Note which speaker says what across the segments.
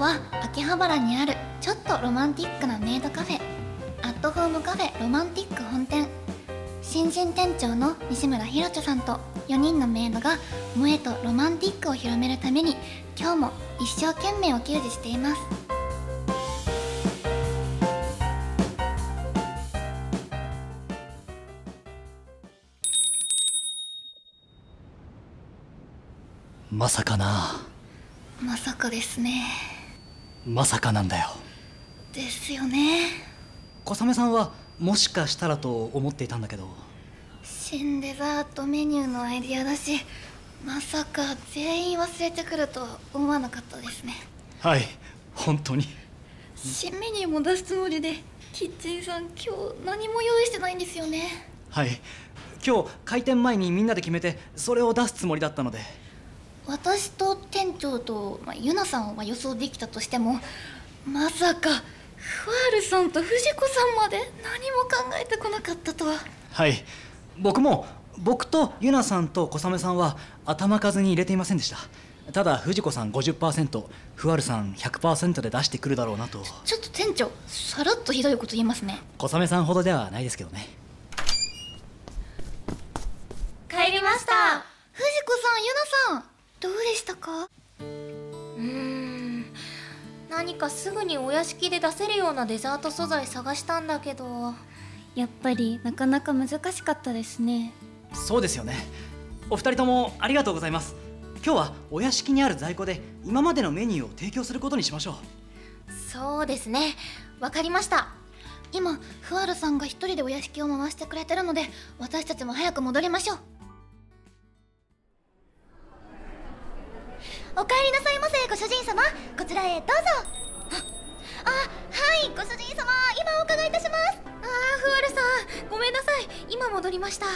Speaker 1: は秋葉原にあるちょっとロマンティックなメイドカフェアットホームカフェロマンティック本店新人店長の西村ひろちょさんと4人のメイドが萌えとロマンティックを広めるために今日も一生懸命お給仕しています
Speaker 2: まさかな
Speaker 1: まさかですね
Speaker 2: まさかなんだよ
Speaker 1: ですよね
Speaker 2: 小雨さんはもしかしたらと思っていたんだけど
Speaker 1: 新デザートメニューのアイディアだしまさか全員忘れてくるとは思わなかったですね
Speaker 2: はい本当に
Speaker 1: 新メニューも出すつもりでキッチンさん今日何も用意してないんですよね
Speaker 2: はい今日開店前にみんなで決めてそれを出すつもりだったので
Speaker 1: 私と店長と、まあ、ユナさんは予想できたとしてもまさかフワールさんと藤子さんまで何も考えてこなかったとは
Speaker 2: はい僕も僕とユナさんと小雨さんは頭数に入れていませんでしたただ藤子さん50%ふわるさん100%で出してくるだろうなと
Speaker 1: ちょっと店長さらっとひどいこと言いますね
Speaker 2: 小雨さんほどではないですけどね
Speaker 3: 帰りました
Speaker 1: 藤子さんユナさんどうでした
Speaker 3: う
Speaker 1: か
Speaker 3: ーん何かすぐにお屋敷で出せるようなデザート素材探したんだけどやっぱりなかなか難しかったですね
Speaker 2: そうですよねお二人ともありがとうございます今日はお屋敷にある在庫で今までのメニューを提供することにしましょう
Speaker 3: そうですねわかりました
Speaker 1: 今フワールさんが一人でお屋敷を回してくれてるので私たちも早く戻りましょうお帰りなさいませご主人様こちらへどうぞああはいご主人様今お伺いいたします
Speaker 3: あーふわるさんごめんなさい今戻りました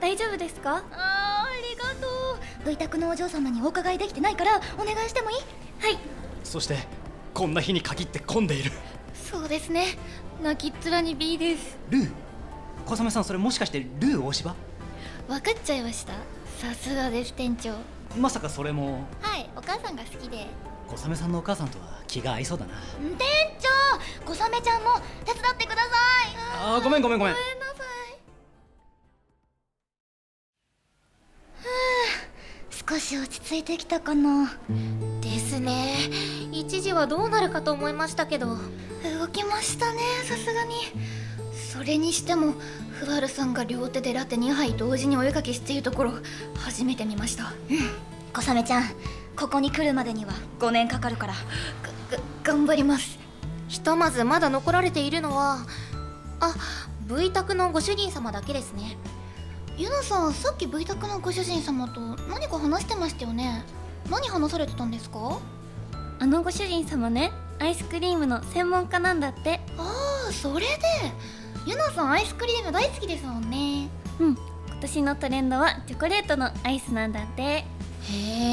Speaker 3: 大丈夫ですか
Speaker 1: ああありがとうご委託のお嬢様にお伺いできてないからお願いしてもいい
Speaker 3: はい
Speaker 2: そしてこんな日に限って混んでいる
Speaker 1: そうですね泣きっ面に B です
Speaker 2: ルー小雨さんそれもしかしてルー大芝
Speaker 1: 分かっちゃいましたさすがです店長
Speaker 2: まさかそれも
Speaker 1: はいお母さんが好きで
Speaker 2: 小雨さんのお母さんとは気が合いそうだな
Speaker 1: 店長小雨ちゃんも手伝ってください
Speaker 2: あーごめんごめんごめ
Speaker 1: ごめんな
Speaker 2: ん
Speaker 1: さいふう少し落ち着いてきたかな
Speaker 3: ですね一時はどうなるかと思いましたけど
Speaker 1: 動きましたねさすがにそれにしてもフワルさんが両手でラテ2杯同時にお絵かきしているところ初めて見ました
Speaker 4: 小雨ちゃんここに来るまでには5年かかるから
Speaker 1: が頑張ります
Speaker 3: ひとまずまだ残られているのはあ V 宅のご主人様だけですね
Speaker 1: ユナさんさっき V 宅のご主人様と何か話してましたよね何話されてたんですか
Speaker 3: あのご主人様ねアイスクリームの専門家なんだって
Speaker 1: ああそれでユナさんアイスクリーム大好きですもんね
Speaker 3: うん今年のトレンドはチョコレートのアイスなんだってへえ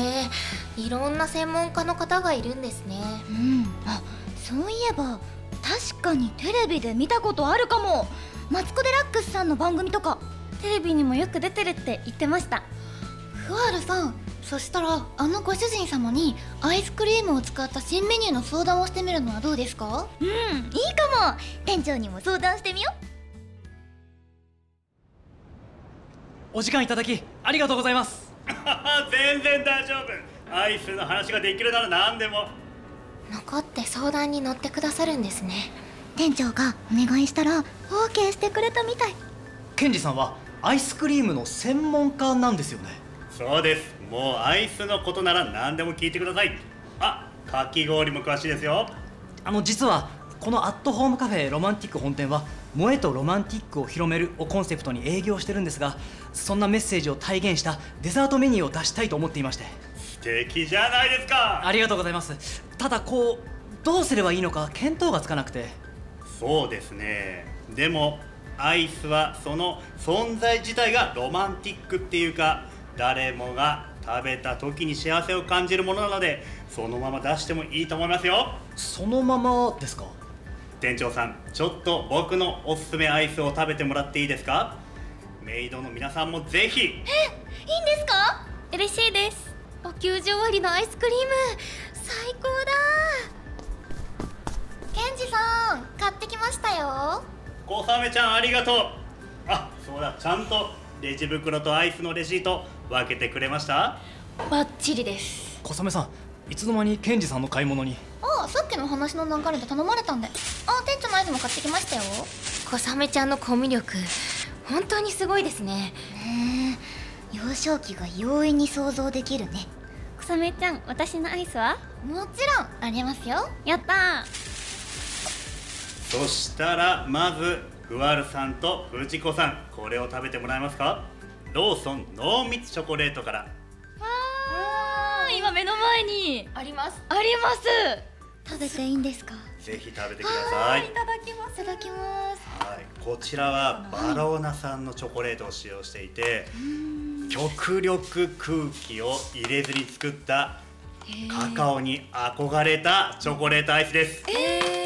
Speaker 3: いろんな専門家の方がいるんですね
Speaker 4: うんあそういえば確かにテレビで見たことあるかもマツコ・デラックスさんの番組とか
Speaker 3: テレビにもよく出てるって言ってました
Speaker 1: フワルさんそしたらあのご主人様にアイスクリームを使った新メニューの相談をしてみるのはどうですか
Speaker 4: うんいいかも店長にも相談してみよう
Speaker 2: お時間いただきありがとうございます
Speaker 5: 全然大丈夫アイスの話ができるなら何でも
Speaker 3: 残って相談に乗ってくださるんですね
Speaker 4: 店長がお願いしたら OK してくれたみたい
Speaker 2: ケンジさんはアイスクリームの専門家なんですよね
Speaker 5: そうですもうアイスのことなら何でも聞いてくださいあかき氷も詳しいですよ
Speaker 2: あの実はこのアットホームカフェロマンティック本店は「萌えとロマンティックを広める」をコンセプトに営業してるんですがそんなメッセージを体現したデザートメニューを出したいと思っていまして
Speaker 5: 素敵じゃないですか
Speaker 2: ありがとうございますただこうどうすればいいのか見当がつかなくて
Speaker 5: そうですねでもアイスはその存在自体がロマンティックっていうか誰もが食べた時に幸せを感じるものなのでそのまま出してもいいと思いますよ
Speaker 2: そのままですか
Speaker 5: 店長さんちょっと僕のおすすめアイスを食べてもらっていいですかメイドの皆さんもぜひ
Speaker 3: いいんですか嬉しいですお給仕終わりのアイスクリーム最高だ
Speaker 6: よ
Speaker 5: 小雨ちゃんありがとうあそうだちゃんとレジ袋とアイスのレシート分けてくれました
Speaker 7: バッチリです
Speaker 2: 小雨さんいつの間にケンジさんの買い物に
Speaker 6: ああさっきの話の流れで頼まれたんでああ店長のアイスも買ってきましたよ
Speaker 7: 小雨ちゃんのコミュ力本当にすごいですね
Speaker 1: ねえ幼少期が容易に想像できるね
Speaker 8: 小雨ちゃん私のアイスは
Speaker 6: もちろんありますよ
Speaker 8: やったー
Speaker 5: そしたらまずふわるさんと藤子さんこれを食べてもらえますかローソン濃密チョコレートから
Speaker 8: あー今目の前に
Speaker 7: あります
Speaker 8: あります
Speaker 1: 食べていいんですか
Speaker 5: ぜひ食べてください
Speaker 7: ただきます
Speaker 6: いただきます
Speaker 5: はい、こちらはバローナ産のチョコレートを使用していて極力空気を入れずに作ったカカオに憧れたチョコレートアイスです、
Speaker 7: え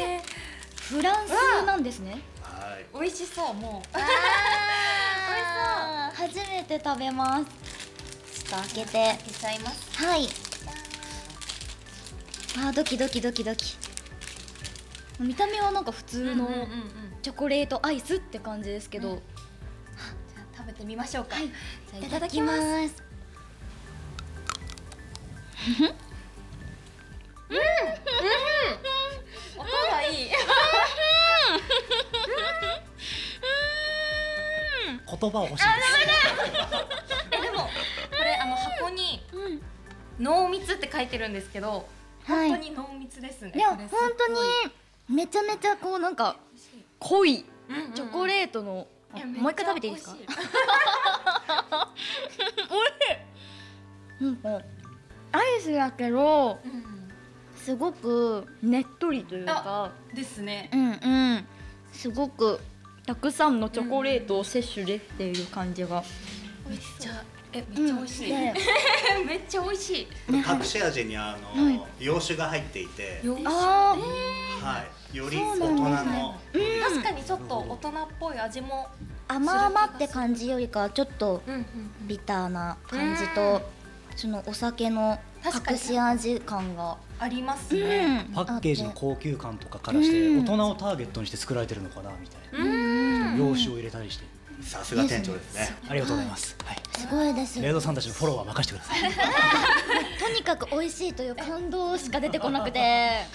Speaker 1: フランスなんですね
Speaker 5: はい、
Speaker 7: ー、美味しそうもう
Speaker 1: 初めて食べますちょっと開けて開けちゃいますはいあードキドキドキドキ見た目はなんか普通のチョコレートアイスって感じですけど、
Speaker 7: じゃあ食べてみましょうか、じゃあ
Speaker 1: いただきます
Speaker 7: 音がいい
Speaker 2: 言葉を欲しいです
Speaker 7: えでもこれあの箱に濃密って書いてるんですけど、
Speaker 1: はい
Speaker 7: 本当に濃密ですね
Speaker 1: いや
Speaker 7: これ
Speaker 1: 本
Speaker 7: すっごい
Speaker 1: 当にめちゃめちゃこうなんか濃い
Speaker 7: うんうんうん
Speaker 8: チョコレートの
Speaker 7: いや
Speaker 8: もう一回食べていいです か
Speaker 7: めっちゃ美味し
Speaker 1: なんかアイスだけどすごくねっとりというか
Speaker 7: いですね
Speaker 1: うんうんすごくたくさんのチョコレートを摂取できている感じが、
Speaker 7: めっちゃえめっちゃ美味しい、
Speaker 1: で
Speaker 7: めっちゃ美味しい
Speaker 5: 隠し味にあの、
Speaker 1: はい
Speaker 5: 洋酒が入っていて、
Speaker 7: よし
Speaker 1: あ
Speaker 5: はい、より大人の
Speaker 7: 確かにちょっと大人っぽい味も
Speaker 1: 甘々って感じよりかはちょっと
Speaker 7: うんうん
Speaker 1: ビターな感じ
Speaker 7: うん
Speaker 1: とそのお酒の
Speaker 7: 確かに
Speaker 1: 隠し味感が、
Speaker 7: ありますね
Speaker 2: パッケージの高級感とかからして
Speaker 1: うん
Speaker 2: 大人をターゲットにして作られてるのかなみたい
Speaker 7: うん
Speaker 2: な洋酒を入れたりして
Speaker 5: さすが店長ですね
Speaker 2: ありがとうございます、はい、
Speaker 1: すごいです
Speaker 2: レイドさんたちのフォローは任せてください
Speaker 1: とにかく美味しいという感動しか出てこなく てね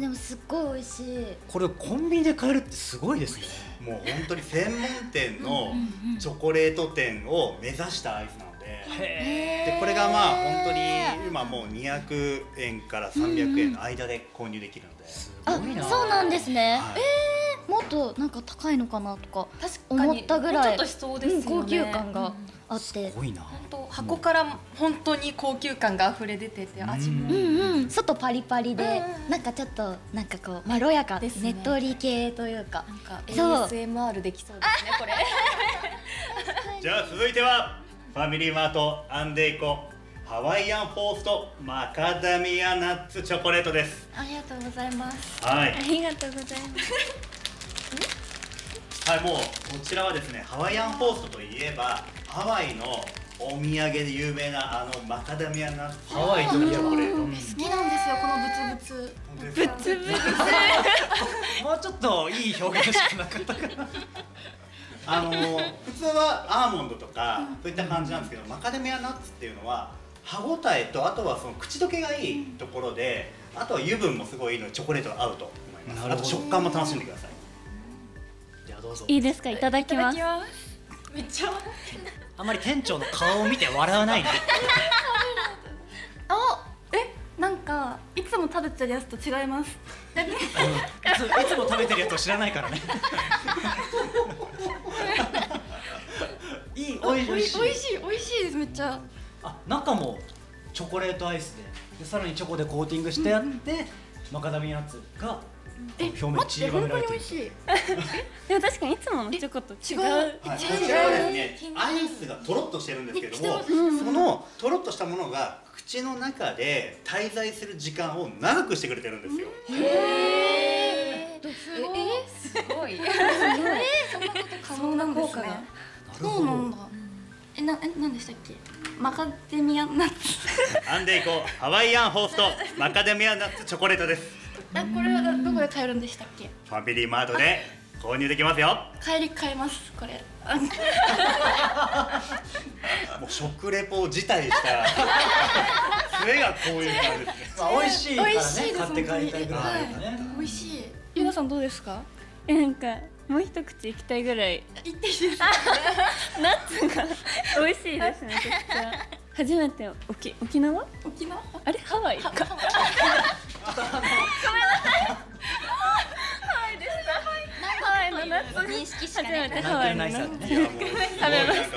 Speaker 1: でもすっごい美味しい
Speaker 2: これをコンビニで買えるってすごいですね
Speaker 5: もう本当に専門店のチョコレート店を目指したアイスなので、
Speaker 2: へ
Speaker 5: でこれがまあ本当に今もう200円から300円の間で購入できるので、
Speaker 2: すご
Speaker 1: あ
Speaker 2: いな
Speaker 1: そうなんですね、
Speaker 5: はい
Speaker 1: えーもっとなんか高いのかなとか
Speaker 7: 確かに
Speaker 1: 思ったぐらい
Speaker 7: もうちょっとしそうですよね、
Speaker 1: うん高級感
Speaker 7: うん
Speaker 1: が
Speaker 7: 本
Speaker 1: あって
Speaker 2: すごいな
Speaker 7: 当箱から本当に高級感が溢れ出てて味も、
Speaker 2: う
Speaker 1: うんんうん外パリパリで
Speaker 7: うんうん
Speaker 1: なんかちょっとなんかこうまろやかね
Speaker 7: ですね
Speaker 1: っとり系というか
Speaker 7: なんか
Speaker 1: そう
Speaker 7: ASMR できそうですねこれ
Speaker 5: じゃあ続いてはファミリーマートアンデイコハワイアンフォーストマカダミアナッツチョコレートです
Speaker 7: ありがとうございます
Speaker 5: はい、
Speaker 8: りがとうございます
Speaker 5: はい、もうこちらはですねハワイアンフォーストといえばハワイのお土産で有名なあのマカダミアナッツ
Speaker 2: ハワイといえば
Speaker 5: チョコレート
Speaker 2: うん
Speaker 7: 好きなんですよこのブツブツ
Speaker 5: 本当ですか
Speaker 2: もうちょっといい表現しかなかったから
Speaker 5: あの普通はアーモンドとかそういった感じなんですけど、マカデミアナッツっていうのは歯ごたえとあとはその口どけがいいところで、あとは油分もすごいいいのでチョコレートが合うと思い
Speaker 2: な
Speaker 5: ます
Speaker 2: るほど
Speaker 5: あと食感も楽しんでください
Speaker 2: じゃあどうぞ
Speaker 8: いいですかいただきます
Speaker 7: ますめっちゃ
Speaker 2: あんまり店長の顔を見て笑わないで
Speaker 9: えなんかいつも食べてるやつと違います
Speaker 2: いついつも食べてるやつを知らないからねいいおいおいしい
Speaker 9: おいしいおいしいですめっちゃ
Speaker 2: あ中もチョコレートアイスででさらにチョコでコーティングしてあって、マカダミアナッツが表面にちりばめられてる
Speaker 9: しい
Speaker 8: でも確かにいつものチョコと違う
Speaker 5: はい、こちらはですねアイスがとろっとしてるんですけども、そのとろっとしたものが口の中で滞在する時間を長くしてくれてるんですよ、
Speaker 7: えすごい
Speaker 9: そんなんですねそうなんだえなえなんでしたっけマカデミアナッツ
Speaker 5: アンデイコハワイアンホーストマカデミアナッツチョコレートです
Speaker 9: あこれはどこで買えるんでしたっけ
Speaker 5: ファミリーマートで購入できますよ
Speaker 9: 帰り買いますこれ
Speaker 5: もう食レポを辞退 した末がこういう感じですね
Speaker 2: まあ、美味しいからね
Speaker 9: 美味しいです
Speaker 2: 買って帰りたいぐらいだね、
Speaker 9: 美味しいゆなさんどうですか
Speaker 8: えなんかもう一口行きたいぐらい
Speaker 9: 行っていいです
Speaker 8: ナッツが美味しいですめちゃくちゃ初めて沖沖縄
Speaker 9: 沖縄
Speaker 8: あれハワイかごめんなさいハワイでしたハワイのナッツが
Speaker 1: 認識し
Speaker 8: 初めてハワイのナッ
Speaker 5: いや
Speaker 8: ツ
Speaker 5: もうすごいな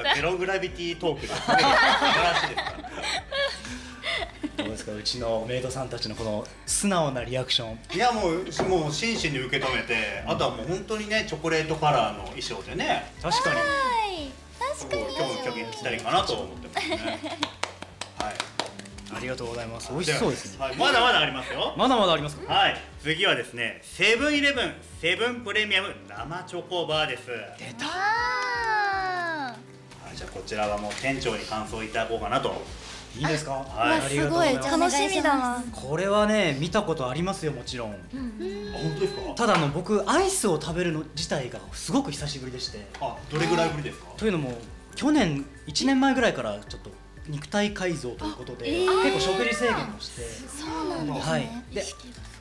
Speaker 5: んかゼログラビティトークですね素晴らしいですから
Speaker 2: どうですかうちのメイドさんたちのこの素直なリアクション
Speaker 5: いやもうもう真摯に受け止めてあとはもう本当にねチョコレートカラーの衣装でね
Speaker 2: 確かに
Speaker 5: 確かに今日の曲にぴったりかなと思ってますねはい
Speaker 2: ありがとうございます美味しそうですね
Speaker 5: でははいまだまだありますよ
Speaker 2: まだまだありますか
Speaker 5: はい次はですねセブンイレブンセブンプレミアム生チョコバーですはい
Speaker 2: 出た
Speaker 5: じゃあこちらはもう店長に感想いただこうかなと
Speaker 2: いいですか
Speaker 5: はい
Speaker 2: ありがとうございます
Speaker 7: 楽しみだな
Speaker 2: これはね見たことありますよもちろん
Speaker 5: あ本当ですか
Speaker 2: ただあの僕アイスを食べるの自体がすごく久しぶりでして
Speaker 5: あどれぐらいぶりですか
Speaker 2: というのも去年1年前ぐらいからちょっと肉体改造ということで、結構食事制限をしてそうなんですね、はい、でそ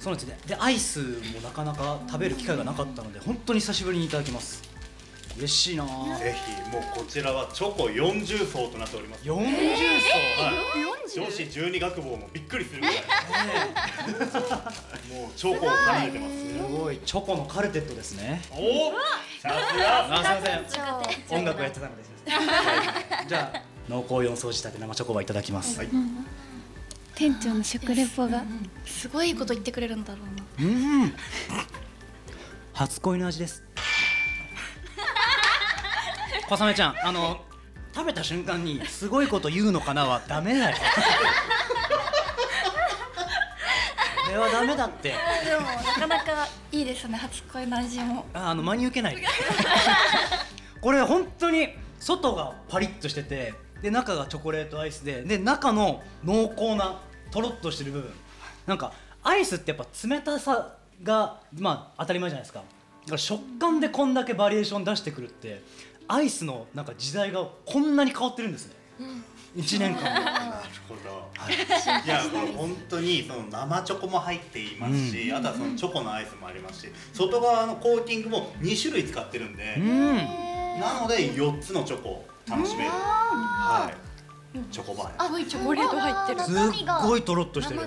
Speaker 2: うなんですねでアイスもなかなか食べる機会がなかったので本当に久しぶりにいただきます嬉しいなぁ
Speaker 5: ぜひもうこちらはチョコ40層となっております
Speaker 2: 40層、
Speaker 5: はい、女子十二学坊もびっくりするぐらい、もうチョコを絡めてます
Speaker 2: ごいチョコのカルテットですね
Speaker 5: すおさす
Speaker 2: あす
Speaker 5: が
Speaker 2: いません音楽をやってたのですじゃあ濃厚四層仕立て生チョコはいただきます、
Speaker 5: はい
Speaker 8: 店長の食レポが
Speaker 9: すごいこと言ってくれるんだろうな
Speaker 2: うん初恋の味です小雨ちゃんあの食べた瞬間にすごいこと言うのかなはダメだよこれはダメだって
Speaker 9: でもなかなかいいですね初恋の味も
Speaker 2: ああの真に受けないでこれ本当に外がパリッとしててで中がチョコレートアイスでで中の濃厚なとろっとしてる部分なんかアイスってやっぱ冷たさがまあ当たり前じゃないですかだから食感でこんだけバリエーション出してくるってアイスのなんか時代がこんなに変わってるんですね、1年 間
Speaker 5: なるほど、い、やもう本当にその生チョコも入っていますし、あとはそのチョコのアイスもありますし外側のコーティングも2種類使ってるんで、
Speaker 2: うん
Speaker 5: なので4つのチョコを楽しめる、はい、チョコバーです
Speaker 9: すごいチョコレート入ってる
Speaker 2: すっごいとろっとしてる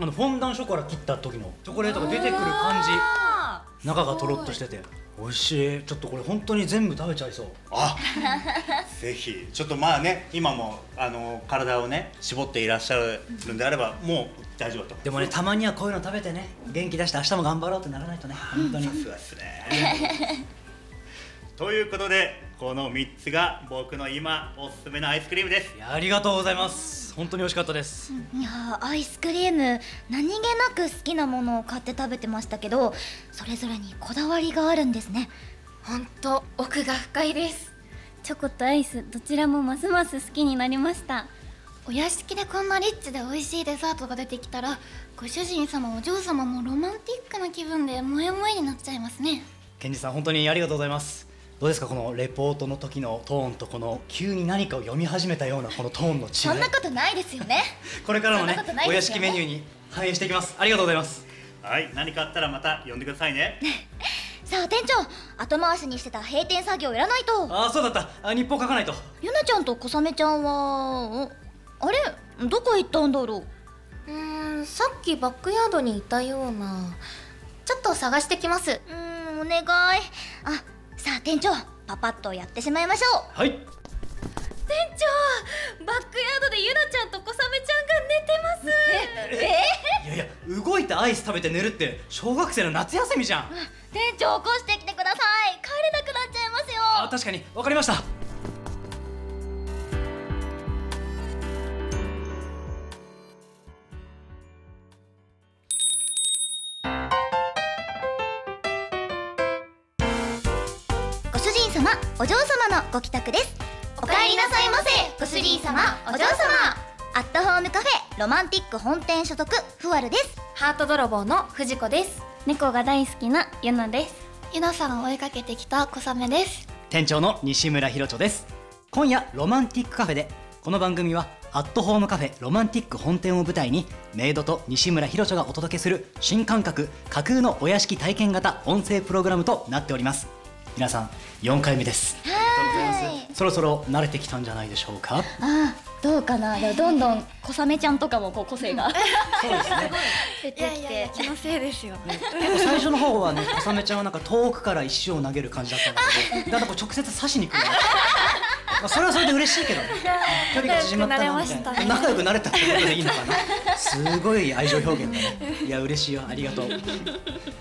Speaker 2: あのフォンダンショコラ切った時のチョコレートが出てくる感じ中がとろっとしてて美味しいちょっとこれ本当に全部食べちゃいそう
Speaker 5: あぜひちょっとまあね今もあの体をね絞っていらっしゃるのであればもう大丈夫だと思います
Speaker 2: でもねたまにはこういうの食べてね元気出して明日も頑張ろうってならないとね本当に
Speaker 5: さすがですね ということでこの3つが僕の今おすすめのアイスクリームです
Speaker 2: いやありがとうございます本当に美味しかったです
Speaker 1: いやーアイスクリーム何気なく好きなものを買って食べてましたけどそれぞれにこだわりがあるんですね
Speaker 7: 本当奥が深いです
Speaker 8: チョコとアイスどちらもますます好きになりました
Speaker 6: お屋敷でこんなリッチで美味しいデザートが出てきたらご主人様お嬢様もロマンティックな気分で萌え萌えになっちゃいますね
Speaker 2: ケンジさん本当にありがとうございますどうですかこのレポートの時のトーンとこの急に何かを読み始めたようなこのトーンの
Speaker 1: そ
Speaker 2: 違
Speaker 1: ん
Speaker 2: い
Speaker 1: なことないですよね
Speaker 2: これからもね
Speaker 1: そんなことない
Speaker 2: お屋
Speaker 1: です
Speaker 2: 敷
Speaker 1: よね
Speaker 2: メニューに反映していきますありがとうございます
Speaker 5: はい何かあったらまた呼んでくださいね
Speaker 1: さあ店長後回しにしてた閉店作業やらないと
Speaker 2: ああそうだったあ日報書かないと
Speaker 1: ゆなちゃんと小雨ちゃんはおあれどこ行ったんだろう
Speaker 7: うーんさっきバックヤードにいたようなちょっと探してきます
Speaker 1: うーんお願いあさあ店長パパッとやってしまいましょう
Speaker 2: はい
Speaker 7: 店長バックヤードでゆなちゃんと小雨ちゃんが寝てます
Speaker 2: いやいや動いてアイス食べて寝るって小学生の夏休みじゃん
Speaker 1: 店長起こしてきてください帰れなくなっちゃいますよ
Speaker 2: あ確かにわかりました
Speaker 1: ご主人様お嬢様のご帰宅ですお帰りなさいませご主人様お嬢様アットホームカフェロマンティック本店所属ふわるです
Speaker 7: ハート泥棒の藤子です
Speaker 8: 猫が大好きなゆなです
Speaker 6: ゆなさんを追いかけてきた小雨です
Speaker 2: 店長の西村ひろちょです今夜ロマンティックカフェでこの番組はアットホームカフェロマンティック本店を舞台にメイドと西村ひろちょがお届けする新感覚架空のお屋敷体験型音声プログラムとなっております皆さん4回目です
Speaker 1: はい
Speaker 2: そろそろ慣れてきたんじゃないでしょうか
Speaker 1: あーどうかなでもどんどん小雨ちゃんとかもこう個性が
Speaker 2: そうで すね
Speaker 1: 出てきて
Speaker 9: 気のせいですよ
Speaker 2: 結構最初の方はね、おさめちゃんはなんか遠くから石を投げる感じだったんだけど、だんだんこう直接刺しに来るようになった。まあそれはそれで嬉しいけどね、距離が縮まったなみたいな仲良くなれたってことでいいのかなすごい愛情表現だねいや嬉しいよありがとう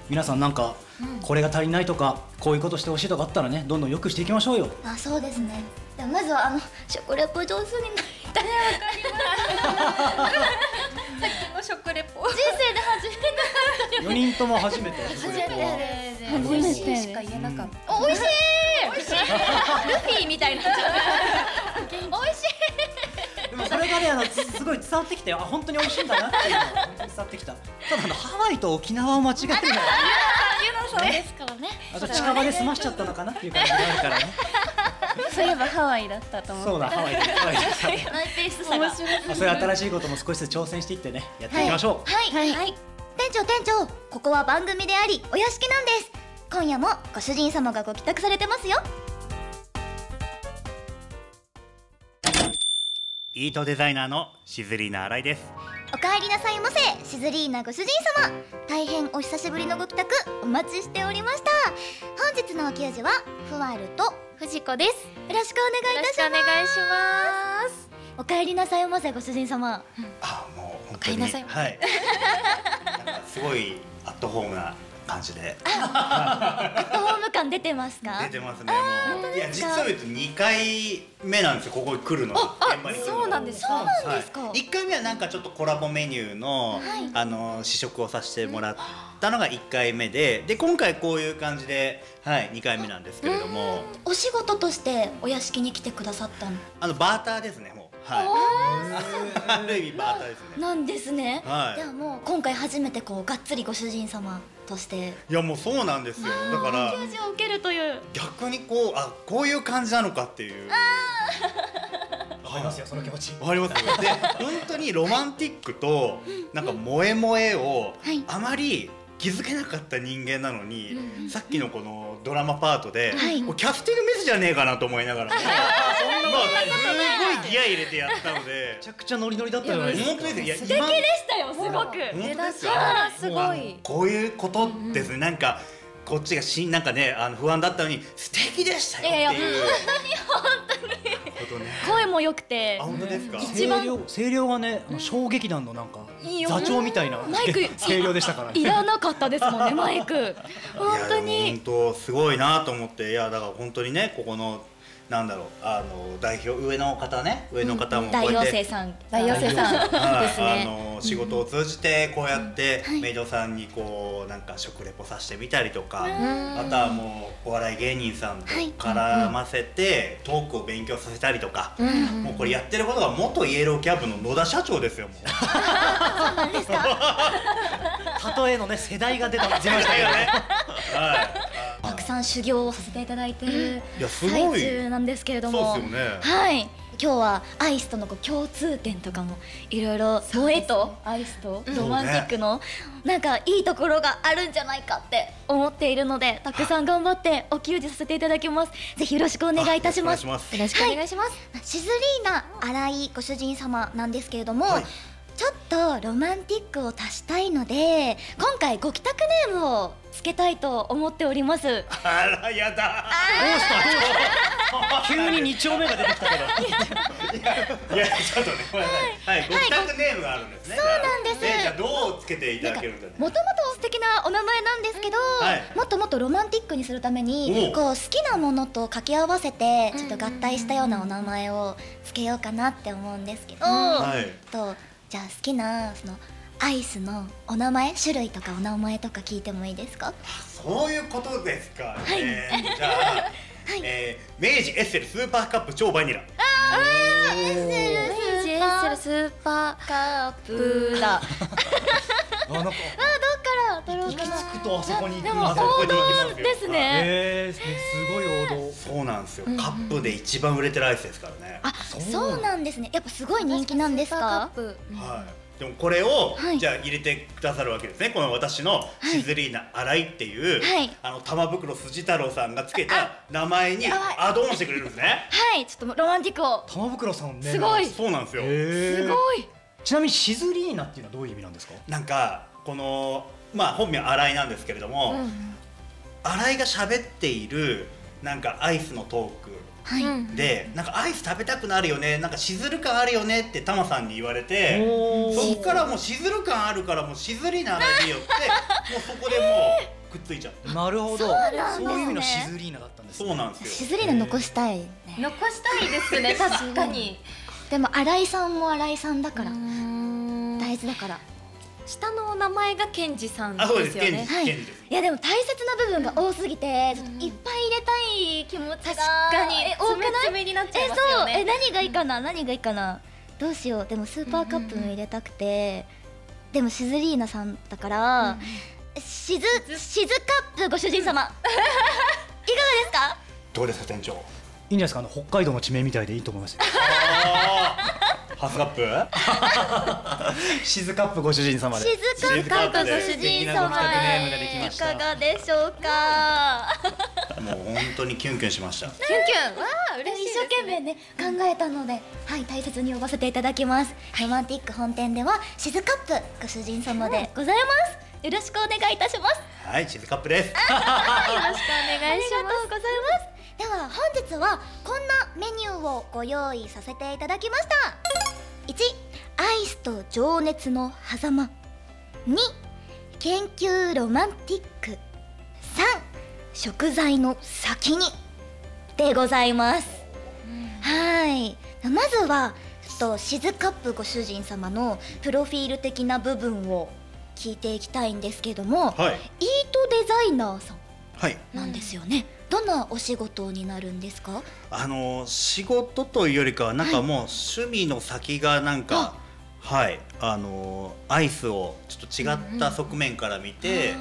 Speaker 2: 皆さんなんかこれが足りないとかこういうことしてほしいとかあったらねどんどん良くしていきましょうよ
Speaker 1: あそうですねでもまずはあの食レポ上手になりたい
Speaker 7: 食レポ
Speaker 1: 人生で初めて
Speaker 2: 4人とも初めて初
Speaker 8: 初
Speaker 1: 美
Speaker 8: め
Speaker 1: 味してい
Speaker 8: で
Speaker 1: し
Speaker 8: す
Speaker 1: か言えなかった
Speaker 7: おいしいおいしいルフィみたいなおいしい
Speaker 2: でもそれがねあのつすごい伝わってきたよあ本当に美味しいんだなっていうのが本当に伝わってきたただあのハワイと沖縄を間違えるのは
Speaker 6: ですからね
Speaker 2: あと近場で済ましちゃったのかなっていう感じがあるからね。
Speaker 8: そういえばハワイだったと思って
Speaker 2: そうだ、ハワイで。ハワイで
Speaker 1: マイペースさが
Speaker 2: あそういう新しいことも少しずつ挑戦していってね、やっていきましょう。
Speaker 1: はい、はい店長店長ここは番組でありお屋敷なんです今夜もご主人様がご帰宅されてますよ
Speaker 5: イートデザイナーのしずりな新井です
Speaker 1: お帰りなさいませシズリーナご主人様大変お久しぶりのご帰宅お待ちしておりました本日のお給仕はふわるとよ
Speaker 7: 藤子です
Speaker 1: ろしくお願いいたし
Speaker 7: よろしくお願いし
Speaker 1: ますお帰りなさいませご主人 様
Speaker 5: あもう本
Speaker 7: 帰りなさい
Speaker 5: はいなんかすごいアットホームな感じで
Speaker 1: アットホーム感出てますか
Speaker 5: 出てますねもういや実は言うと2回目なんですよここに来るの現場に来るの
Speaker 9: そうなんですか
Speaker 5: そうなんですか、はい、1回目はなんかちょっとコラボメニューの、あの試食をさせてもらったのが1回目でで今回こういう感じで、はい、2回目なんですけれども
Speaker 1: お仕事としてお屋敷に来てくださったの
Speaker 5: あのバーターですねもうはい あある意味バーターですね
Speaker 1: なんですね、
Speaker 5: はい
Speaker 1: じゃあもう今回初めてこうがっつりご主人様として
Speaker 5: いやもうそうなんですよだから
Speaker 8: 授を受けるという
Speaker 5: 逆にこうあこういう感じなのかっていう
Speaker 2: わかりますよ、その気持ち。
Speaker 5: わかります で本当にロマンティックとなんか萌え萌えを
Speaker 1: はい
Speaker 5: あまり気づけなかった人間なのに、さっきのこのドラマパートで、
Speaker 1: はい
Speaker 5: もうキャスティングミスじゃねえかなと思いな がら、まあ、すごいギア入れてやったので
Speaker 2: めちゃくちゃノリノリだったよね。
Speaker 5: 本当ですよいや今
Speaker 8: したよすごく
Speaker 5: 本当ですよ
Speaker 9: すごい
Speaker 5: こういうことですね、なんかこっちがしなんかねあの不安だったのに素敵でしたよっていう本当に本当に
Speaker 8: 声も良くて
Speaker 5: あ本当ですか、
Speaker 2: 声量、声量がね、あの小劇団のなんか
Speaker 8: いいよ
Speaker 2: 座長みたいな
Speaker 8: マイク
Speaker 2: 声量でしたからね。
Speaker 8: いらなかったですもんねマイク本当
Speaker 5: いや
Speaker 8: に
Speaker 5: 本当すごいなと思っていやだから本当にねここのなんだろうあの代表上の方ね上の方もこ
Speaker 1: 大
Speaker 5: うやっ
Speaker 1: 妖
Speaker 5: て、
Speaker 1: 精さん
Speaker 8: 大妖精さん
Speaker 5: はい
Speaker 8: ですね
Speaker 5: あの仕事を通じてこうやってメイドさんにこうなんか食レポさせてみたりとか、あとはもうお笑い芸人さんと絡ませてトークを勉強させたりとか、もうこれやってることが元イエローキャブの野田社長ですよもう。
Speaker 2: 例えのね、世代が出た。出ましたけどね。
Speaker 5: はい
Speaker 1: たくさん修行をさせていただいている
Speaker 5: いやす
Speaker 1: 最
Speaker 5: ごい
Speaker 1: 中なんですけれども
Speaker 5: そうですよね。
Speaker 1: はい今日はアイスとのこう共通点とかもいろいろ萌えとアイスとロマンティックのなんかいいところがあるんじゃないかって思っているのでたくさん頑張ってお給仕させていただきますぜひよろしくお願いいたします
Speaker 5: あよろしくお願いしま
Speaker 1: よ
Speaker 5: す
Speaker 1: ろしくお願いします、シズリーナ荒井ご主人様なんですけれども、
Speaker 5: はい
Speaker 1: ちょっとロマンティックを足したいので今回ご帰宅ネームをつけたいと思っております
Speaker 5: あらやだ。
Speaker 2: どうした。急に二丁目が出てきたけど。
Speaker 5: いやちょっとねごめんなさい。はい、ご自宅ネームがあるんですね。そうなん
Speaker 1: です
Speaker 5: じゃあどうつけていただけるんだね。
Speaker 1: もともと素敵なお名前なんですけど、
Speaker 5: はい
Speaker 1: もっともっとロマンティックにするため
Speaker 5: お
Speaker 1: に
Speaker 5: う
Speaker 1: こう好きなものと掛け合わせてちょっと合体したようなお名前をつけようかなって思うんですけど、
Speaker 5: はい。
Speaker 1: とじゃあ好きなそのアイスのお名前種類とかお名前とか聞いてもいいですか
Speaker 5: そういうことですかね。 じゃあ。えー明治エッセルスーパーカップ超バニラ
Speaker 7: ジェスルスーパーカップだ
Speaker 2: あ、なん
Speaker 1: どっ
Speaker 2: か。
Speaker 1: からろう
Speaker 2: 行
Speaker 1: か
Speaker 2: き
Speaker 1: な
Speaker 2: 着くとあそこに行
Speaker 1: で
Speaker 2: く
Speaker 1: も
Speaker 5: あそこに行きますよ
Speaker 1: ですね
Speaker 2: えー、すごい王道
Speaker 5: そうなんですよ、カップで一番売れてるアイスですからね、
Speaker 1: あそうなんですねやっぱすごい人気なんですか
Speaker 5: はい、でもこれを、
Speaker 1: はい
Speaker 5: じゃあ入れてくださるわけですねこの私のシズリーナ新井っていう、
Speaker 1: はい
Speaker 5: あの玉袋筋太郎さんがつけた名前にアドオンしてくれるんですね
Speaker 1: はいちょっとロマンティックを
Speaker 2: 玉袋さんね
Speaker 1: すごい
Speaker 5: そうなんですよ、
Speaker 2: えー
Speaker 1: すごい
Speaker 2: ちなみにシズリーナっていうのはどういう意味なんですか
Speaker 5: なんかこのまあ本名新井なんですけれども、新井が喋っているなんかアイスのトーク
Speaker 1: はい、
Speaker 5: で、なんかアイス食べたくなるよねなんかしずる感あるよねってタマさんに言われて
Speaker 2: おー
Speaker 5: そっからもうしずる感あるからもうしずりならいいよってもうそこでもうくっついちゃった
Speaker 2: なるほどそう
Speaker 1: なんですね
Speaker 2: いう意味のシズリーナだったんですね
Speaker 5: そうなんです
Speaker 1: し
Speaker 5: よ
Speaker 1: ずりで残したいね
Speaker 7: 残したいですね確かに
Speaker 1: でも新井さんも新井さんだから大事だから
Speaker 7: 下のお名前がケンジさんで
Speaker 5: あそうです
Speaker 7: すよ
Speaker 5: ケン
Speaker 7: ね
Speaker 5: ジ
Speaker 1: はい
Speaker 5: ケンジです
Speaker 1: いやでも大切な部分が多すぎてちょっといっぱい入れたい気持ちが確
Speaker 7: 確かに
Speaker 1: 多くない
Speaker 7: 爪爪になっちゃい
Speaker 1: え
Speaker 7: ま
Speaker 1: そう
Speaker 7: すよね
Speaker 1: え何がいいかな、何がいいかなどうしようでもスーパーカップも入れたくて、でもシズリーナさんだから、シズシズカップご主人様、 いかがですか
Speaker 5: どうですか店長
Speaker 2: いいんじゃないですかあの北海道の地名みたいでいいと思 いますよ
Speaker 5: あーハスカップ
Speaker 2: シズカップご主人様で
Speaker 1: シズカップご主人様へいかがでしょうか
Speaker 5: もう本当にキュンキュンしました
Speaker 7: キュンキュンわあ
Speaker 1: でも
Speaker 7: 嬉しい
Speaker 1: 一生懸命ね考えたので、はい大切に呼ばせていただきます、ロマンティック本店ではシズカップご主人様でございます、よろしくお願いいたします
Speaker 5: はいチーズカップです
Speaker 7: お
Speaker 1: あ
Speaker 7: 願
Speaker 1: り
Speaker 7: いし
Speaker 1: がと
Speaker 7: ま
Speaker 1: うございます。では本日はこんなメニューをご用意させていただきました。1アイスと情熱の狭間。2研究ロマンティック。3食材の先にでございます。はい。まずはちょっとシズカップご主人様のプロフィール的な部分を聞いていきたいんですけども、
Speaker 5: はい
Speaker 1: イートデザイナーさん。
Speaker 5: はい
Speaker 1: なんですよね、どんなお仕事になるんですか
Speaker 5: あの仕事というよりかはなんかもう趣味の先がなんかはいあのアイスをちょっと違った側面から見て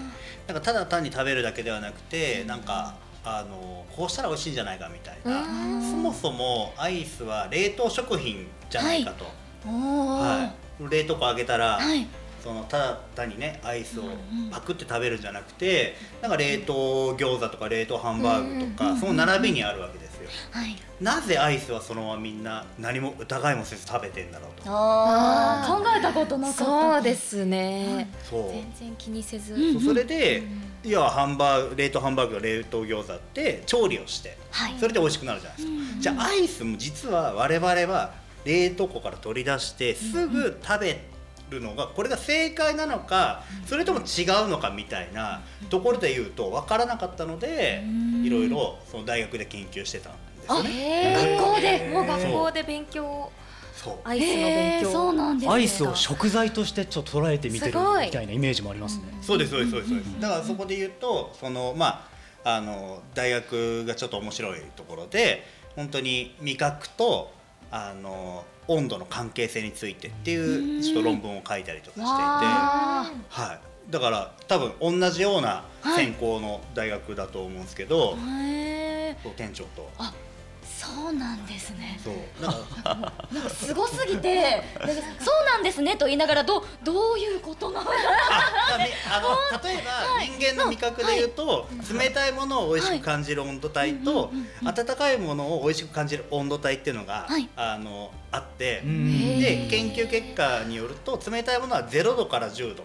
Speaker 5: なんかただ単に食べるだけではなくてなんかあのこうしたら美味しいんじゃないかみたいなそもそもアイスは冷凍食品じゃないかと、
Speaker 1: おお
Speaker 5: はい、冷凍庫開けたら、
Speaker 1: はい
Speaker 5: そのただ単にねアイスをパクって食べるんじゃなくてなんか冷凍餃子とか冷凍ハンバーグとかその並びにあるわけですよ。
Speaker 1: はい
Speaker 5: なぜアイスはそのままみんな何も疑いもせず食べてんだろうと
Speaker 1: あ
Speaker 7: 考
Speaker 1: えたことな
Speaker 7: そうですね
Speaker 5: そう
Speaker 7: 全然気にせず
Speaker 5: そうそれでいやハンバーグ冷凍ハンバーグ冷凍餃子って調理をして
Speaker 1: はい
Speaker 5: それで美味しくなるじゃないですか、じゃあアイスも実は我々は冷凍庫から取り出してすぐ食べるのがこれが正解なのかそれとも違うのかみたいなところで言うと分からなかったのでいろいろその大学で研究してたんですよね。
Speaker 7: 学校でもう学
Speaker 5: そう
Speaker 7: 校で勉強
Speaker 5: そう
Speaker 7: アイスの勉強そうなん
Speaker 2: アイスを食材としてちょっと捉えてみてる
Speaker 7: すごい
Speaker 2: みたいなイメージもありますね、
Speaker 5: そうですそうですそうですそうです。だからそこで言うとそのまああの大学がちょっと面白いところで本当に味覚とあの温度の関係性についてっていうちょっと論文を書いたりとかしていて、はい。だから多分同じような専攻の大学だと思うんですけど、そう店長と
Speaker 1: そうなんですね
Speaker 5: そうなんか
Speaker 1: すごすぎて なんかそうなんですねと言いながらどうどういうことなの
Speaker 5: あめあの例えば人間の味覚で言うと冷たいものを美味しく感じる温度帯と温かいものを美味しく感じる温度帯っていうのが
Speaker 1: はい
Speaker 5: あのあって
Speaker 2: うん
Speaker 5: で研究結果によると冷たいものは0度から10度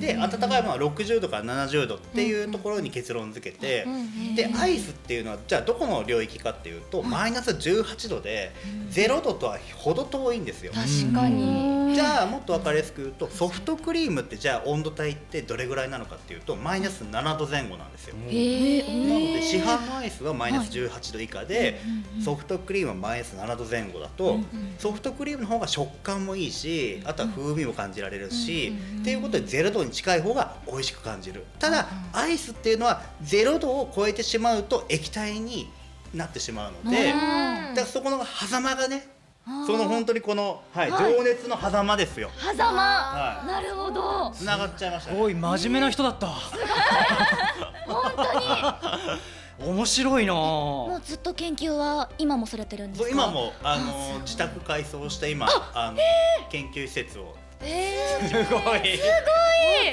Speaker 5: で温かいものは60度から70度っていうところに結論付けてでアイスっていうのはじゃあどこの領域かっていうとマイナス18度で0度とはほど遠いんですよ。
Speaker 2: かに
Speaker 5: じゃあもっと分かりやすく言うとソフトクリームってじゃあ温度帯ってどれぐらいなのかっていうとマイナス7度前後なんですよ。なので市販のアイスはマイナス18度以下でソフトクリームはマイナス7度前後だとソフトクリームの方が食感もいいしあとは風味も感じられるしっていうことで0度に近い方が美味しく感じるただアイスっていうのは0度を超えてしまうと液体になってしまうのでだからそこの狭間がねその本当にこの、はい
Speaker 1: はい
Speaker 5: 情熱の狭間ですよ
Speaker 1: 狭間
Speaker 5: は
Speaker 1: なるほど
Speaker 5: い繋がっちゃいましたね
Speaker 2: おい真面目な人だった
Speaker 1: 本当に
Speaker 2: 面白いな
Speaker 1: もうずっと研究は今もされてるんです
Speaker 5: そ
Speaker 1: か
Speaker 5: う今もあの自宅改装して今あの研究施設をすごい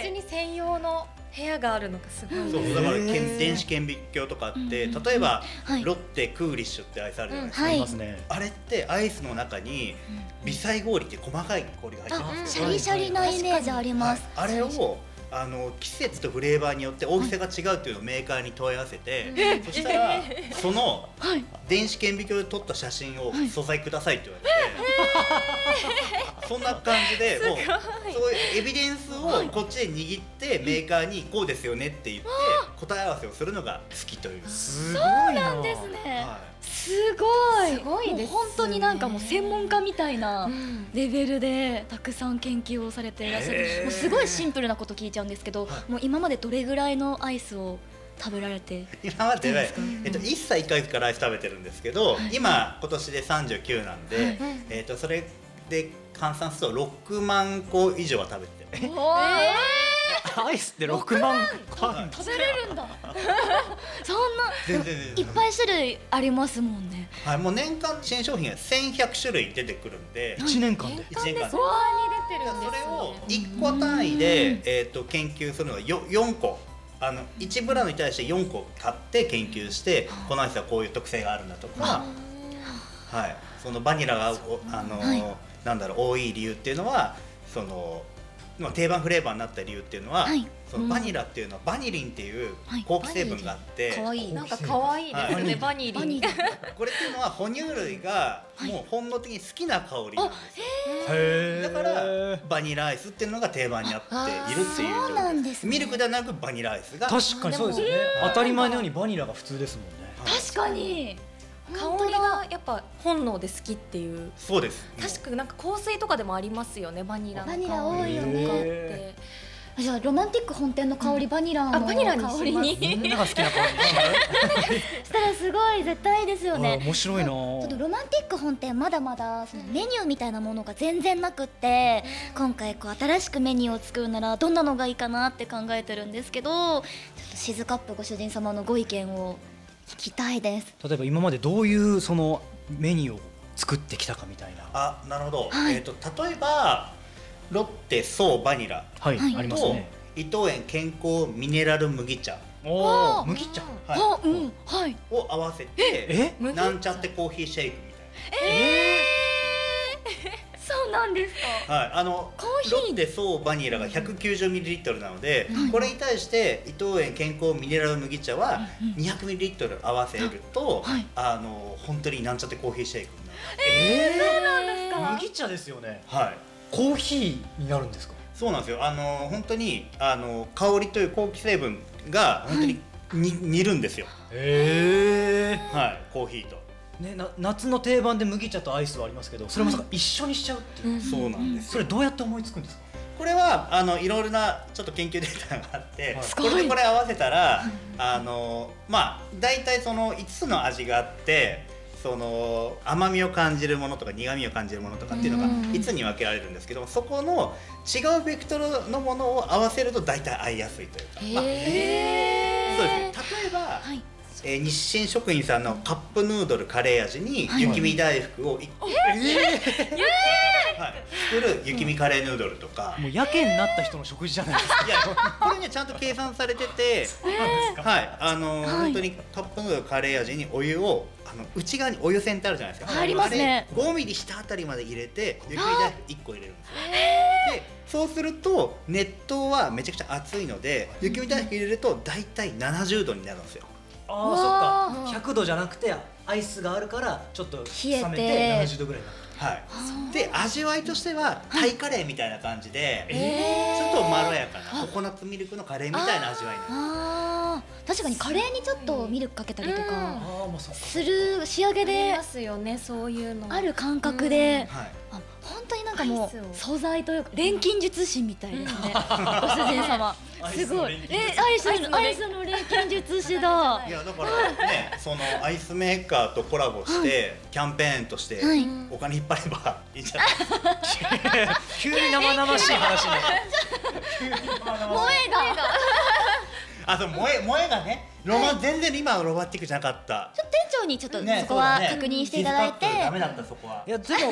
Speaker 10: お家に専用の部屋があるのがすごいです
Speaker 5: そうだからけん
Speaker 2: へー
Speaker 5: 電子顕微鏡とかって例えば
Speaker 1: はい
Speaker 5: ロッテクーリッシュってアイスあるじゃないですか
Speaker 1: はいい
Speaker 2: ますね
Speaker 5: あれってアイスの中に微細氷って細かい氷が入ってます
Speaker 1: シャリシャリなイメージあります
Speaker 5: あれをあの季節とフレーバーによって大きさが違うっていうのをメーカーに問い合わせて、そしたらその電子顕微鏡で撮った写真を素材くださいって言われて、そんな感じでもうそういうエビデンスをこっちで握ってメーカーにこうですよねって言って答え合わせをするのが好きという。
Speaker 2: すごいな
Speaker 1: そうですね
Speaker 5: は
Speaker 1: すごい
Speaker 10: すごいですね
Speaker 1: もう本当になんかもう専門家みたいな
Speaker 10: うん
Speaker 1: レベルでたくさん研究をされていらっしゃる、
Speaker 5: へー
Speaker 1: もうすごいシンプルなこと聞いちゃうんですけど、
Speaker 5: は
Speaker 1: もう今までどれぐらいのアイスを食べられて
Speaker 5: い今までは、
Speaker 1: うん
Speaker 5: えっと、1歳1回からアイス食べてるんですけど、今今年で39なんで、えっと、それで換算すると6万個以上は食べてる
Speaker 2: アイスって6万個ある
Speaker 1: 食べれるんだ そんな
Speaker 5: 全然
Speaker 1: いっぱい種類ありますもんね
Speaker 5: はい、もう年間新商品が1100種類出てくるんで
Speaker 2: 1年間で
Speaker 5: 1年間で
Speaker 10: そんなに出てるんです
Speaker 5: それ
Speaker 10: よ
Speaker 5: を
Speaker 10: ね
Speaker 5: 1個単位で、えー、と研究するのが 4, 4個あの1ブランドに対して4個買って研究してこのアイスはこういう特性があるんだとか、はい、そのバニラがおあの、なんだろう多い理由っていうのはそのまあ定番フレーバーになった理由っていうのは、
Speaker 1: はい
Speaker 5: そのバニラっていうのはバニリンっていう
Speaker 1: はい
Speaker 5: 好奇成分があって、
Speaker 1: かわいい
Speaker 10: なんか可愛いです
Speaker 5: は
Speaker 10: ね、
Speaker 5: い
Speaker 10: バニリ
Speaker 1: バニ
Speaker 10: ン
Speaker 1: ラ
Speaker 5: これっていうのは哺乳類がもう本能的に好きな香りなんですよ
Speaker 2: へ
Speaker 5: だ
Speaker 2: ー
Speaker 5: からバニラアイスっていうのが定番になっているっていう
Speaker 1: そうなんですね
Speaker 5: ミルクではなくバニラアイスが
Speaker 2: 確かにそうですよね当たり前のようにバニラが普通ですもんね
Speaker 1: 確かに
Speaker 10: 香りがやっぱ本能で好きっていう
Speaker 5: そうです
Speaker 10: 確かになんか香水とかでもありますよねバニラの香り
Speaker 1: バニラ多いよ
Speaker 2: ね
Speaker 10: とかって
Speaker 1: じゃあロマンティック本店の香り、バニラの
Speaker 10: あバニラにします
Speaker 1: 香りに
Speaker 2: みんなが好きな香
Speaker 1: したらすごい絶対ですよ
Speaker 2: りあ
Speaker 1: ね
Speaker 2: 面白いな
Speaker 1: ちょっとロマンティック本店まだまだそのメニューみたいなものが全然なくって今回こう新しくメニューを作るならどんなのがいいかなって考えてるんですけどちょっとシズカップご主人様のご意見を聞きたいです
Speaker 2: 例えば今までどういうそのメニューを作ってきたかみたいな
Speaker 5: あなるほど、
Speaker 1: はい
Speaker 5: えっ、と例えばロッテソーバニラ
Speaker 2: はい、
Speaker 1: はい
Speaker 2: あります
Speaker 5: と、
Speaker 2: ね
Speaker 5: 伊藤園健康ミネラル麦茶
Speaker 2: おお麦茶
Speaker 5: はい
Speaker 1: あうんはい
Speaker 5: を合わせて
Speaker 2: え
Speaker 10: 麦茶
Speaker 5: なんちゃってコーヒーシェイクみたいな
Speaker 1: そうなんですか
Speaker 5: はい、あの
Speaker 1: コーヒー
Speaker 5: ロッテソーバニラが 190ml なので、これに対して伊藤園健康ミネラル麦茶は 200ml 合わせると、
Speaker 1: はい
Speaker 5: あの本当になんちゃってコーヒーシェイクになる、
Speaker 2: えそうなんですか麦茶ですよね
Speaker 5: はい、
Speaker 2: コーヒーになるんですか
Speaker 5: そうなんですよあの本当にあの香りという好奇成分が本当にに、煮るんですよ、
Speaker 2: え
Speaker 5: はい、コーヒーと、
Speaker 2: えねな夏の定番で麦茶とアイスはありますけどそれもさ一緒にしちゃうっていう、
Speaker 5: そうなんです
Speaker 2: それどうやって思いつくんですか
Speaker 5: これはあのいろいろなちょっと研究データがあって、
Speaker 2: はい
Speaker 5: これとこれ合わせたら、あのまあ大体その5つの味があってその甘みを感じるものとか苦みを感じるものとかっていうのが5つに分けられるんですけどそこの違うベクトルのものを合わせると大体合いやすいというか、まあそうですね例えば、
Speaker 1: い
Speaker 5: えー日清食品さんのカップヌードルカレー味に雪見大福を1個、 はい、作る雪見カレーヌードルとか。
Speaker 2: もうやけになった人の食事じゃない ですか
Speaker 5: いやこれねちゃんと計算されてて、 はいあのー本当にカップヌードルカレー味にお湯をあの内側にお湯せんってあるじゃないですか。
Speaker 1: ありますね
Speaker 5: あれ。5ミリ下あたりまで入れてゆっくり大福一個入れるんですよ。でそうすると熱湯はめちゃくちゃ熱いので雪見大福入れると大体70度になるんですよ。
Speaker 2: ああそっか100度じゃなくてアイスがあるからちょっと冷め
Speaker 1: 冷え
Speaker 2: て
Speaker 1: て
Speaker 2: 70度ぐらいになる
Speaker 5: はい。で味わいとしてはタイカレーみたいな感じで、ちょっとまろやかなココナッツミルクのカレーみたいな味わいになる。
Speaker 1: あー確かにカレーにちょっとミルクかけたりと
Speaker 2: あ
Speaker 1: か
Speaker 2: あまあそっか
Speaker 1: する仕上げ
Speaker 10: あり
Speaker 1: で
Speaker 10: ますよね、そういうの
Speaker 1: ある感覚で、
Speaker 5: はい。
Speaker 1: あ本当になんかも
Speaker 7: アイスを
Speaker 1: う素材というか錬金術師みたいですね、ご主人様
Speaker 2: アイ
Speaker 1: す
Speaker 2: スの
Speaker 1: ごい
Speaker 2: 錬金術師
Speaker 1: えアイスのアイスの錬金術師だ
Speaker 5: いやだからねそのアイスメーカーとコラボしてキャンペーンとして
Speaker 8: はい
Speaker 5: お金引っ張ればいいんじゃないですか
Speaker 2: 急に生々しい話 になる
Speaker 1: 萌えが
Speaker 5: あでも萌え萌えがねロマン全然今はロマンティックじゃなかった
Speaker 1: ちょっと店長にちょっとそ
Speaker 5: ね
Speaker 1: こは
Speaker 5: そうだね
Speaker 1: 確認していただいて、
Speaker 5: 気遣ってダメだったそこはい
Speaker 2: やでもこの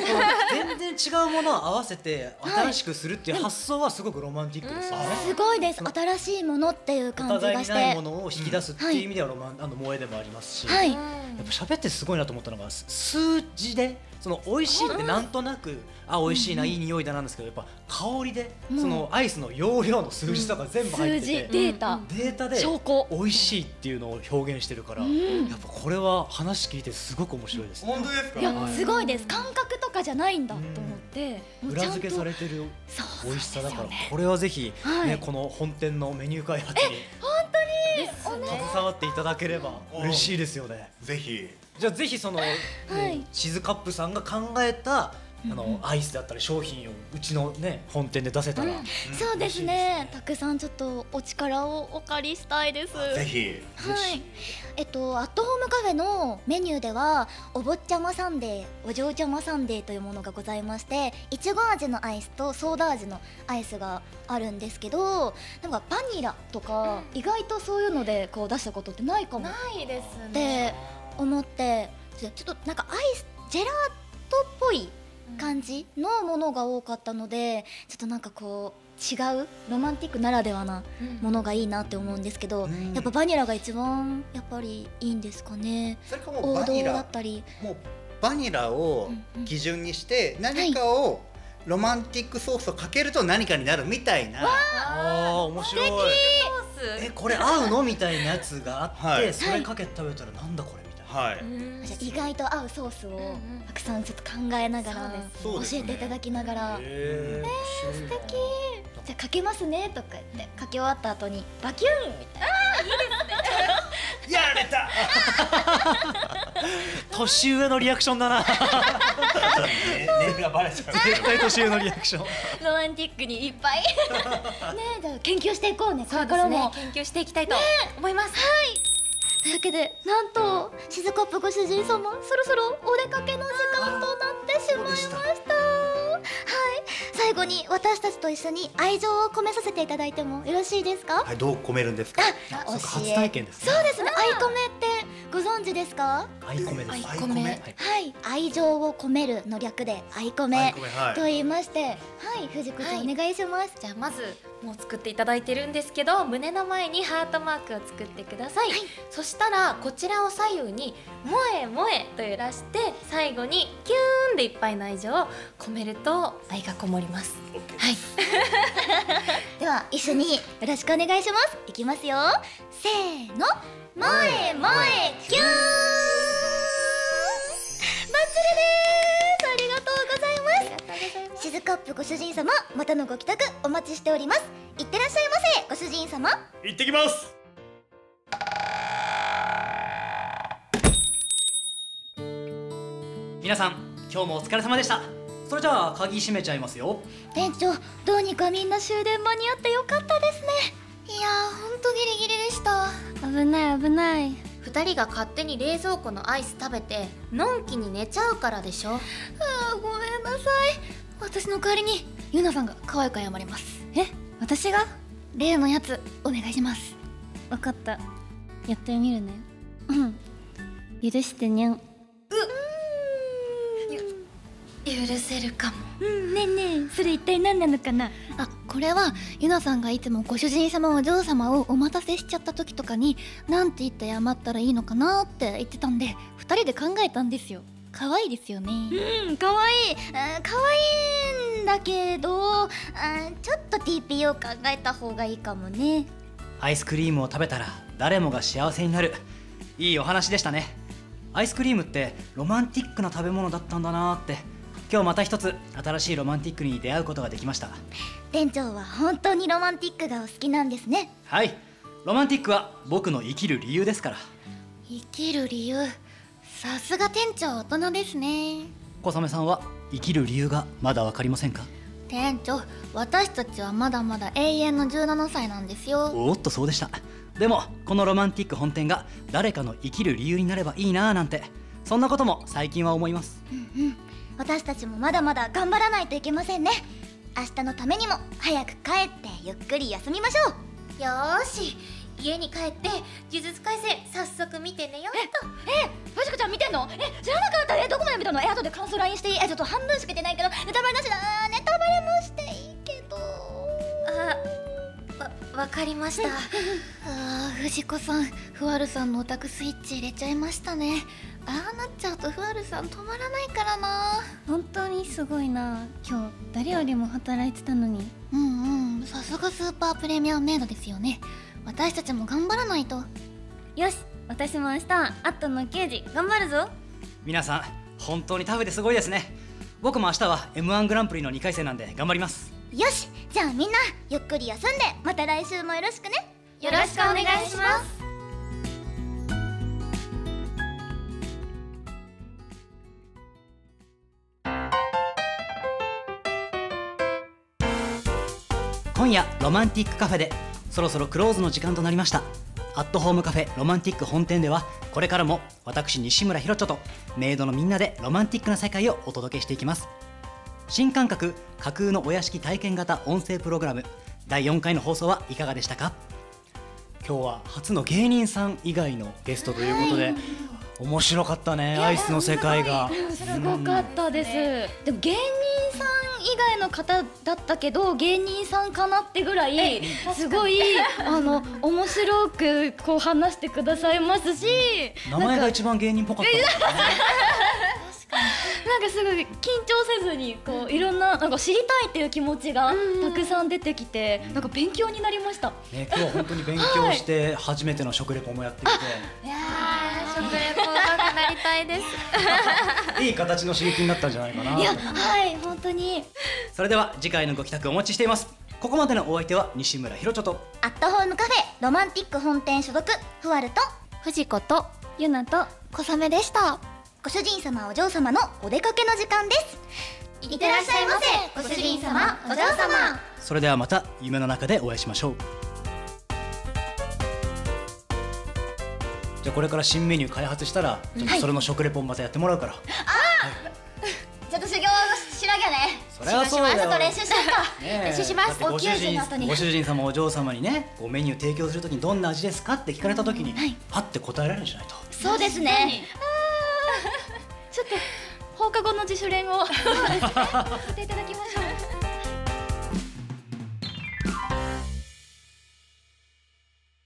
Speaker 2: 全然違うものを合わせて新しくするっていう発想はすごくロマンティックですよね。
Speaker 1: すごいです新しいものっていう
Speaker 2: お
Speaker 1: 感じ
Speaker 2: 互い
Speaker 1: が
Speaker 2: に
Speaker 1: して
Speaker 2: ないも
Speaker 1: は
Speaker 2: のを引き出すっていう意味ではロマン、あの萌えでもありますし、やっ
Speaker 1: い
Speaker 2: ぱ喋ってすごいなと思ったのがす数字でその美味しいってなんとなく、あ美味しいな、いい匂いだなんですけどやっぱ香りで、そのアイスの容量の数字とか全部入
Speaker 1: 数
Speaker 2: って
Speaker 1: 字デ
Speaker 2: て、
Speaker 1: ータ、
Speaker 2: データで
Speaker 1: 証拠
Speaker 2: 美味しいっていうのを表現してるから、やっぱこれは話聞いてすごく面白いです、ね。
Speaker 5: 本当ですか
Speaker 1: いや、
Speaker 2: はい
Speaker 1: すごいです感覚とかじゃないんだと思って、もうち
Speaker 2: 裏
Speaker 1: ゃん
Speaker 2: 付けさ
Speaker 1: と
Speaker 2: れてる
Speaker 1: そう
Speaker 2: 美味しさだから、これはぜひ、
Speaker 1: はい
Speaker 2: ね、この本店のメニュー開発に携わっていただければ嬉しいですよね。
Speaker 5: ぜひ
Speaker 2: じゃあぜひその、
Speaker 1: い
Speaker 2: シズカップさんが考えたあの、アイスだったり商品をうちのね本店で出せたら、
Speaker 1: そうですねたくさんちょっとお力をお借りしたいです
Speaker 5: ぜひ
Speaker 1: はい、えっと、アットホームカフェのメニューではお坊ちゃまサンデーお嬢ちゃまサンデーというものがございましていちご味のアイスとソーダ味のアイスがあるんですけどなんかバニラとか、意外とそういうのでこう出したことってないかもっ
Speaker 7: ないです
Speaker 1: て
Speaker 7: ね。
Speaker 1: 思ってちょちょっとなんかアイスジェラートっぽい感じのものが多かったのでちょっとなんかこう違うロマンティックならではなものがいいなって思うんですけど、
Speaker 5: うん
Speaker 1: やっぱバニラが一番やっぱりいいんですかね
Speaker 5: それかもう
Speaker 1: 王
Speaker 5: バ
Speaker 1: 道
Speaker 5: ニ
Speaker 1: だ
Speaker 5: ラ
Speaker 1: ったり
Speaker 5: もうバニラを基準にして何かをロマンティックソースをかけると何かになるみたいな
Speaker 2: ああ面白いえこれ合うのみたいなやつがあって、
Speaker 5: はい
Speaker 2: それかけて食べたらなんだこれみたいな。
Speaker 5: はい
Speaker 1: じゃあ意外と合うソースをたくさんちょっと考えながら
Speaker 5: そう
Speaker 1: 教
Speaker 5: です
Speaker 1: え
Speaker 5: ね
Speaker 1: ていただきながら、
Speaker 2: えー、素敵
Speaker 1: じゃあかけますねとか言ってかけ終わった後にバキュンみたいな
Speaker 5: やられ た
Speaker 2: 年上のリアクションだな
Speaker 5: ねネイルがバレちゃう
Speaker 2: 絶対 年上のリアクション
Speaker 1: ロマンティックにいっぱいねえじゃあ研究していこうねこれからも、
Speaker 7: ね研究していきたいと思います。
Speaker 1: というわけでなんとしずかっぷご主人様そろそろお出かけの時間となってしまいましたはい最後に私たちと一緒に愛情を込めさせていただいてもよろしいですか
Speaker 5: はいどう込めるんですか
Speaker 1: あ
Speaker 2: そうか初体験ですね
Speaker 1: そうですね愛コメってご存知ですか
Speaker 2: アイコメです
Speaker 5: アイコメ
Speaker 2: はい
Speaker 1: はい愛情を込めるの略で愛コ
Speaker 5: アイ
Speaker 1: メ
Speaker 5: コメはい
Speaker 1: と言いましてはい藤子ちゃんお願いします
Speaker 7: じゃあまずもう作っていただいてるんですけど胸の前にハートマークを作ってください、そしたらこちらを左右に「萌え萌え」と揺らして最後にキューンでいっぱいの愛情を込めると愛がこもります はい
Speaker 1: では一緒によろしくお願いしますいきますよせーの萌え萌えキューンバッチリですありがとうございますしずかっぷご主人様またのご帰宅お待ちしておりますいってらっしゃいませご主人様
Speaker 11: 行ってきます
Speaker 2: 皆さん今日もお疲れ様でしたそれじゃあ鍵閉めちゃいますよ
Speaker 1: 店長どうにかみんな終電間に合ってよかったですねいやーほんとギリギリでした
Speaker 8: 危ない危ない
Speaker 7: 2人が勝手に冷蔵庫のアイス食べてのんきに寝ちゃうからでしょ
Speaker 8: あーごめんなさい私の代わりにゆなさんが可愛く謝りますえ私が例のやつお願いします
Speaker 12: わかったやってみるねうん許してにゃん
Speaker 7: 許せるかも
Speaker 12: ねえねえそれ一体何なのかな
Speaker 8: あこれはゆなさんがいつもご主人様お嬢様をお待たせしちゃった時とかになんて言って謝ったらいいのかなって言ってたんで2人で考えたんですよ可愛いですよね
Speaker 1: うん、かわいい、うん、かわいいんだけど、うん、ちょっと TPO 考えた方がいいかもね
Speaker 2: アイスクリームを食べたら誰もが幸せになるいいお話でしたねアイスクリームってロマンティックな食べ物だったんだなーって今日また一つ新しいロマンティックに出会うことができました
Speaker 1: 店長は本当にロマンティックがお好きなんですね
Speaker 2: はいロマンティックは僕の生きる理由ですから
Speaker 8: 生きる理由さすが店長大人ですね
Speaker 2: 小雨さんは生きる理由がまだ分かりませんか
Speaker 6: 店長私たちはまだまだ永遠の17歳なんですよ
Speaker 2: おっとそうでしたでもこのロマンティック本店が誰かの生きる理由になればいいなぁなんてそんなことも最近は思います
Speaker 1: 私たちもまだまだ頑張らないといけませんね明日のためにも早く帰ってゆっくり休みましょう
Speaker 10: よーし家に帰って呪術廻戦早速見てねよと
Speaker 1: え藤子ちゃん見てんのえ知らなかったえどこまで見たのえ後で感想 LINE していいえちょっと半分しか出てないけどネタバレなしだあーネタバレもしていいけど
Speaker 10: あわわかりま した
Speaker 6: あー藤子さんふわるさんのオタクスイッチ入れちゃいましたねああなっちゃうとふわるさん止まらないからな
Speaker 8: 本当にすごいな今日誰よりも働いてたのに
Speaker 6: うんうんさすがスーパープレミアムメイドですよね私たちも頑張らないと
Speaker 8: よし私も明日アットの刑事頑張るぞ
Speaker 2: 皆さん本当にタフですごいですね僕も明日は m 1グランプリの2回戦なんで頑張ります
Speaker 1: よしじゃあみんなゆっくり休んでまた来週もよろしくね
Speaker 10: よろしくお願いします
Speaker 2: 今夜ロマンティックカフェでそろそろクローズの時間となりましたアットホームカフェロマンティック本店ではこれからも私西村ひろちょとメイドのみんなでロマンティックな世界をお届けしていきます新感覚架空のお屋敷体験型音声プログラム第4回の放送はいかがでしたか今日は初の芸人さん以外のゲストということで、面白かったねアイスの世界が
Speaker 1: すごかったです、でも芸人さん以外の方だったけど芸人さんかなってぐらいすごいあの面白くこう話してくださいますし
Speaker 2: 名前が一番芸人っぽかったもんね
Speaker 1: なんかすごい緊張せずにこういろんななんか知りたいっていう気持ちがたくさん出てきてなんか勉強になりました。
Speaker 2: ね、今日は本当に勉強して初めての食レポもやってき
Speaker 10: 食レポ上手くなりたいです
Speaker 2: ていい形の刺激になったんじゃないかない
Speaker 1: やはい本当に
Speaker 2: それでは次回のご帰宅お待ちしていますここまでのお相手は西村ひろちょと
Speaker 1: アットホームカフェロマンティック本店所属ふわると
Speaker 6: 藤子と
Speaker 8: ゆなと
Speaker 6: 小雨でした
Speaker 1: ご主人様お嬢様のお出かけの時間ですいってらっしゃいませご主人様お嬢様
Speaker 2: それではまた夢の中でお会いしましょうじゃあこれから新メニュー開発したらちょっとそれの食レポもまたやってもらうから、
Speaker 1: ちょっと修行しなきゃね
Speaker 2: それはそうだよ
Speaker 1: ちょっと練習しようか
Speaker 2: ねえ
Speaker 1: 練習します
Speaker 2: だってご主
Speaker 1: お給仕の後
Speaker 2: 人
Speaker 1: に
Speaker 2: ご主人様お嬢様にねこうメニュー提供するときにどんな味ですかって聞かれたときに、パッて答えられるんじゃないと
Speaker 1: そうですね
Speaker 8: 放課後の自主練 を
Speaker 1: させていただきましょう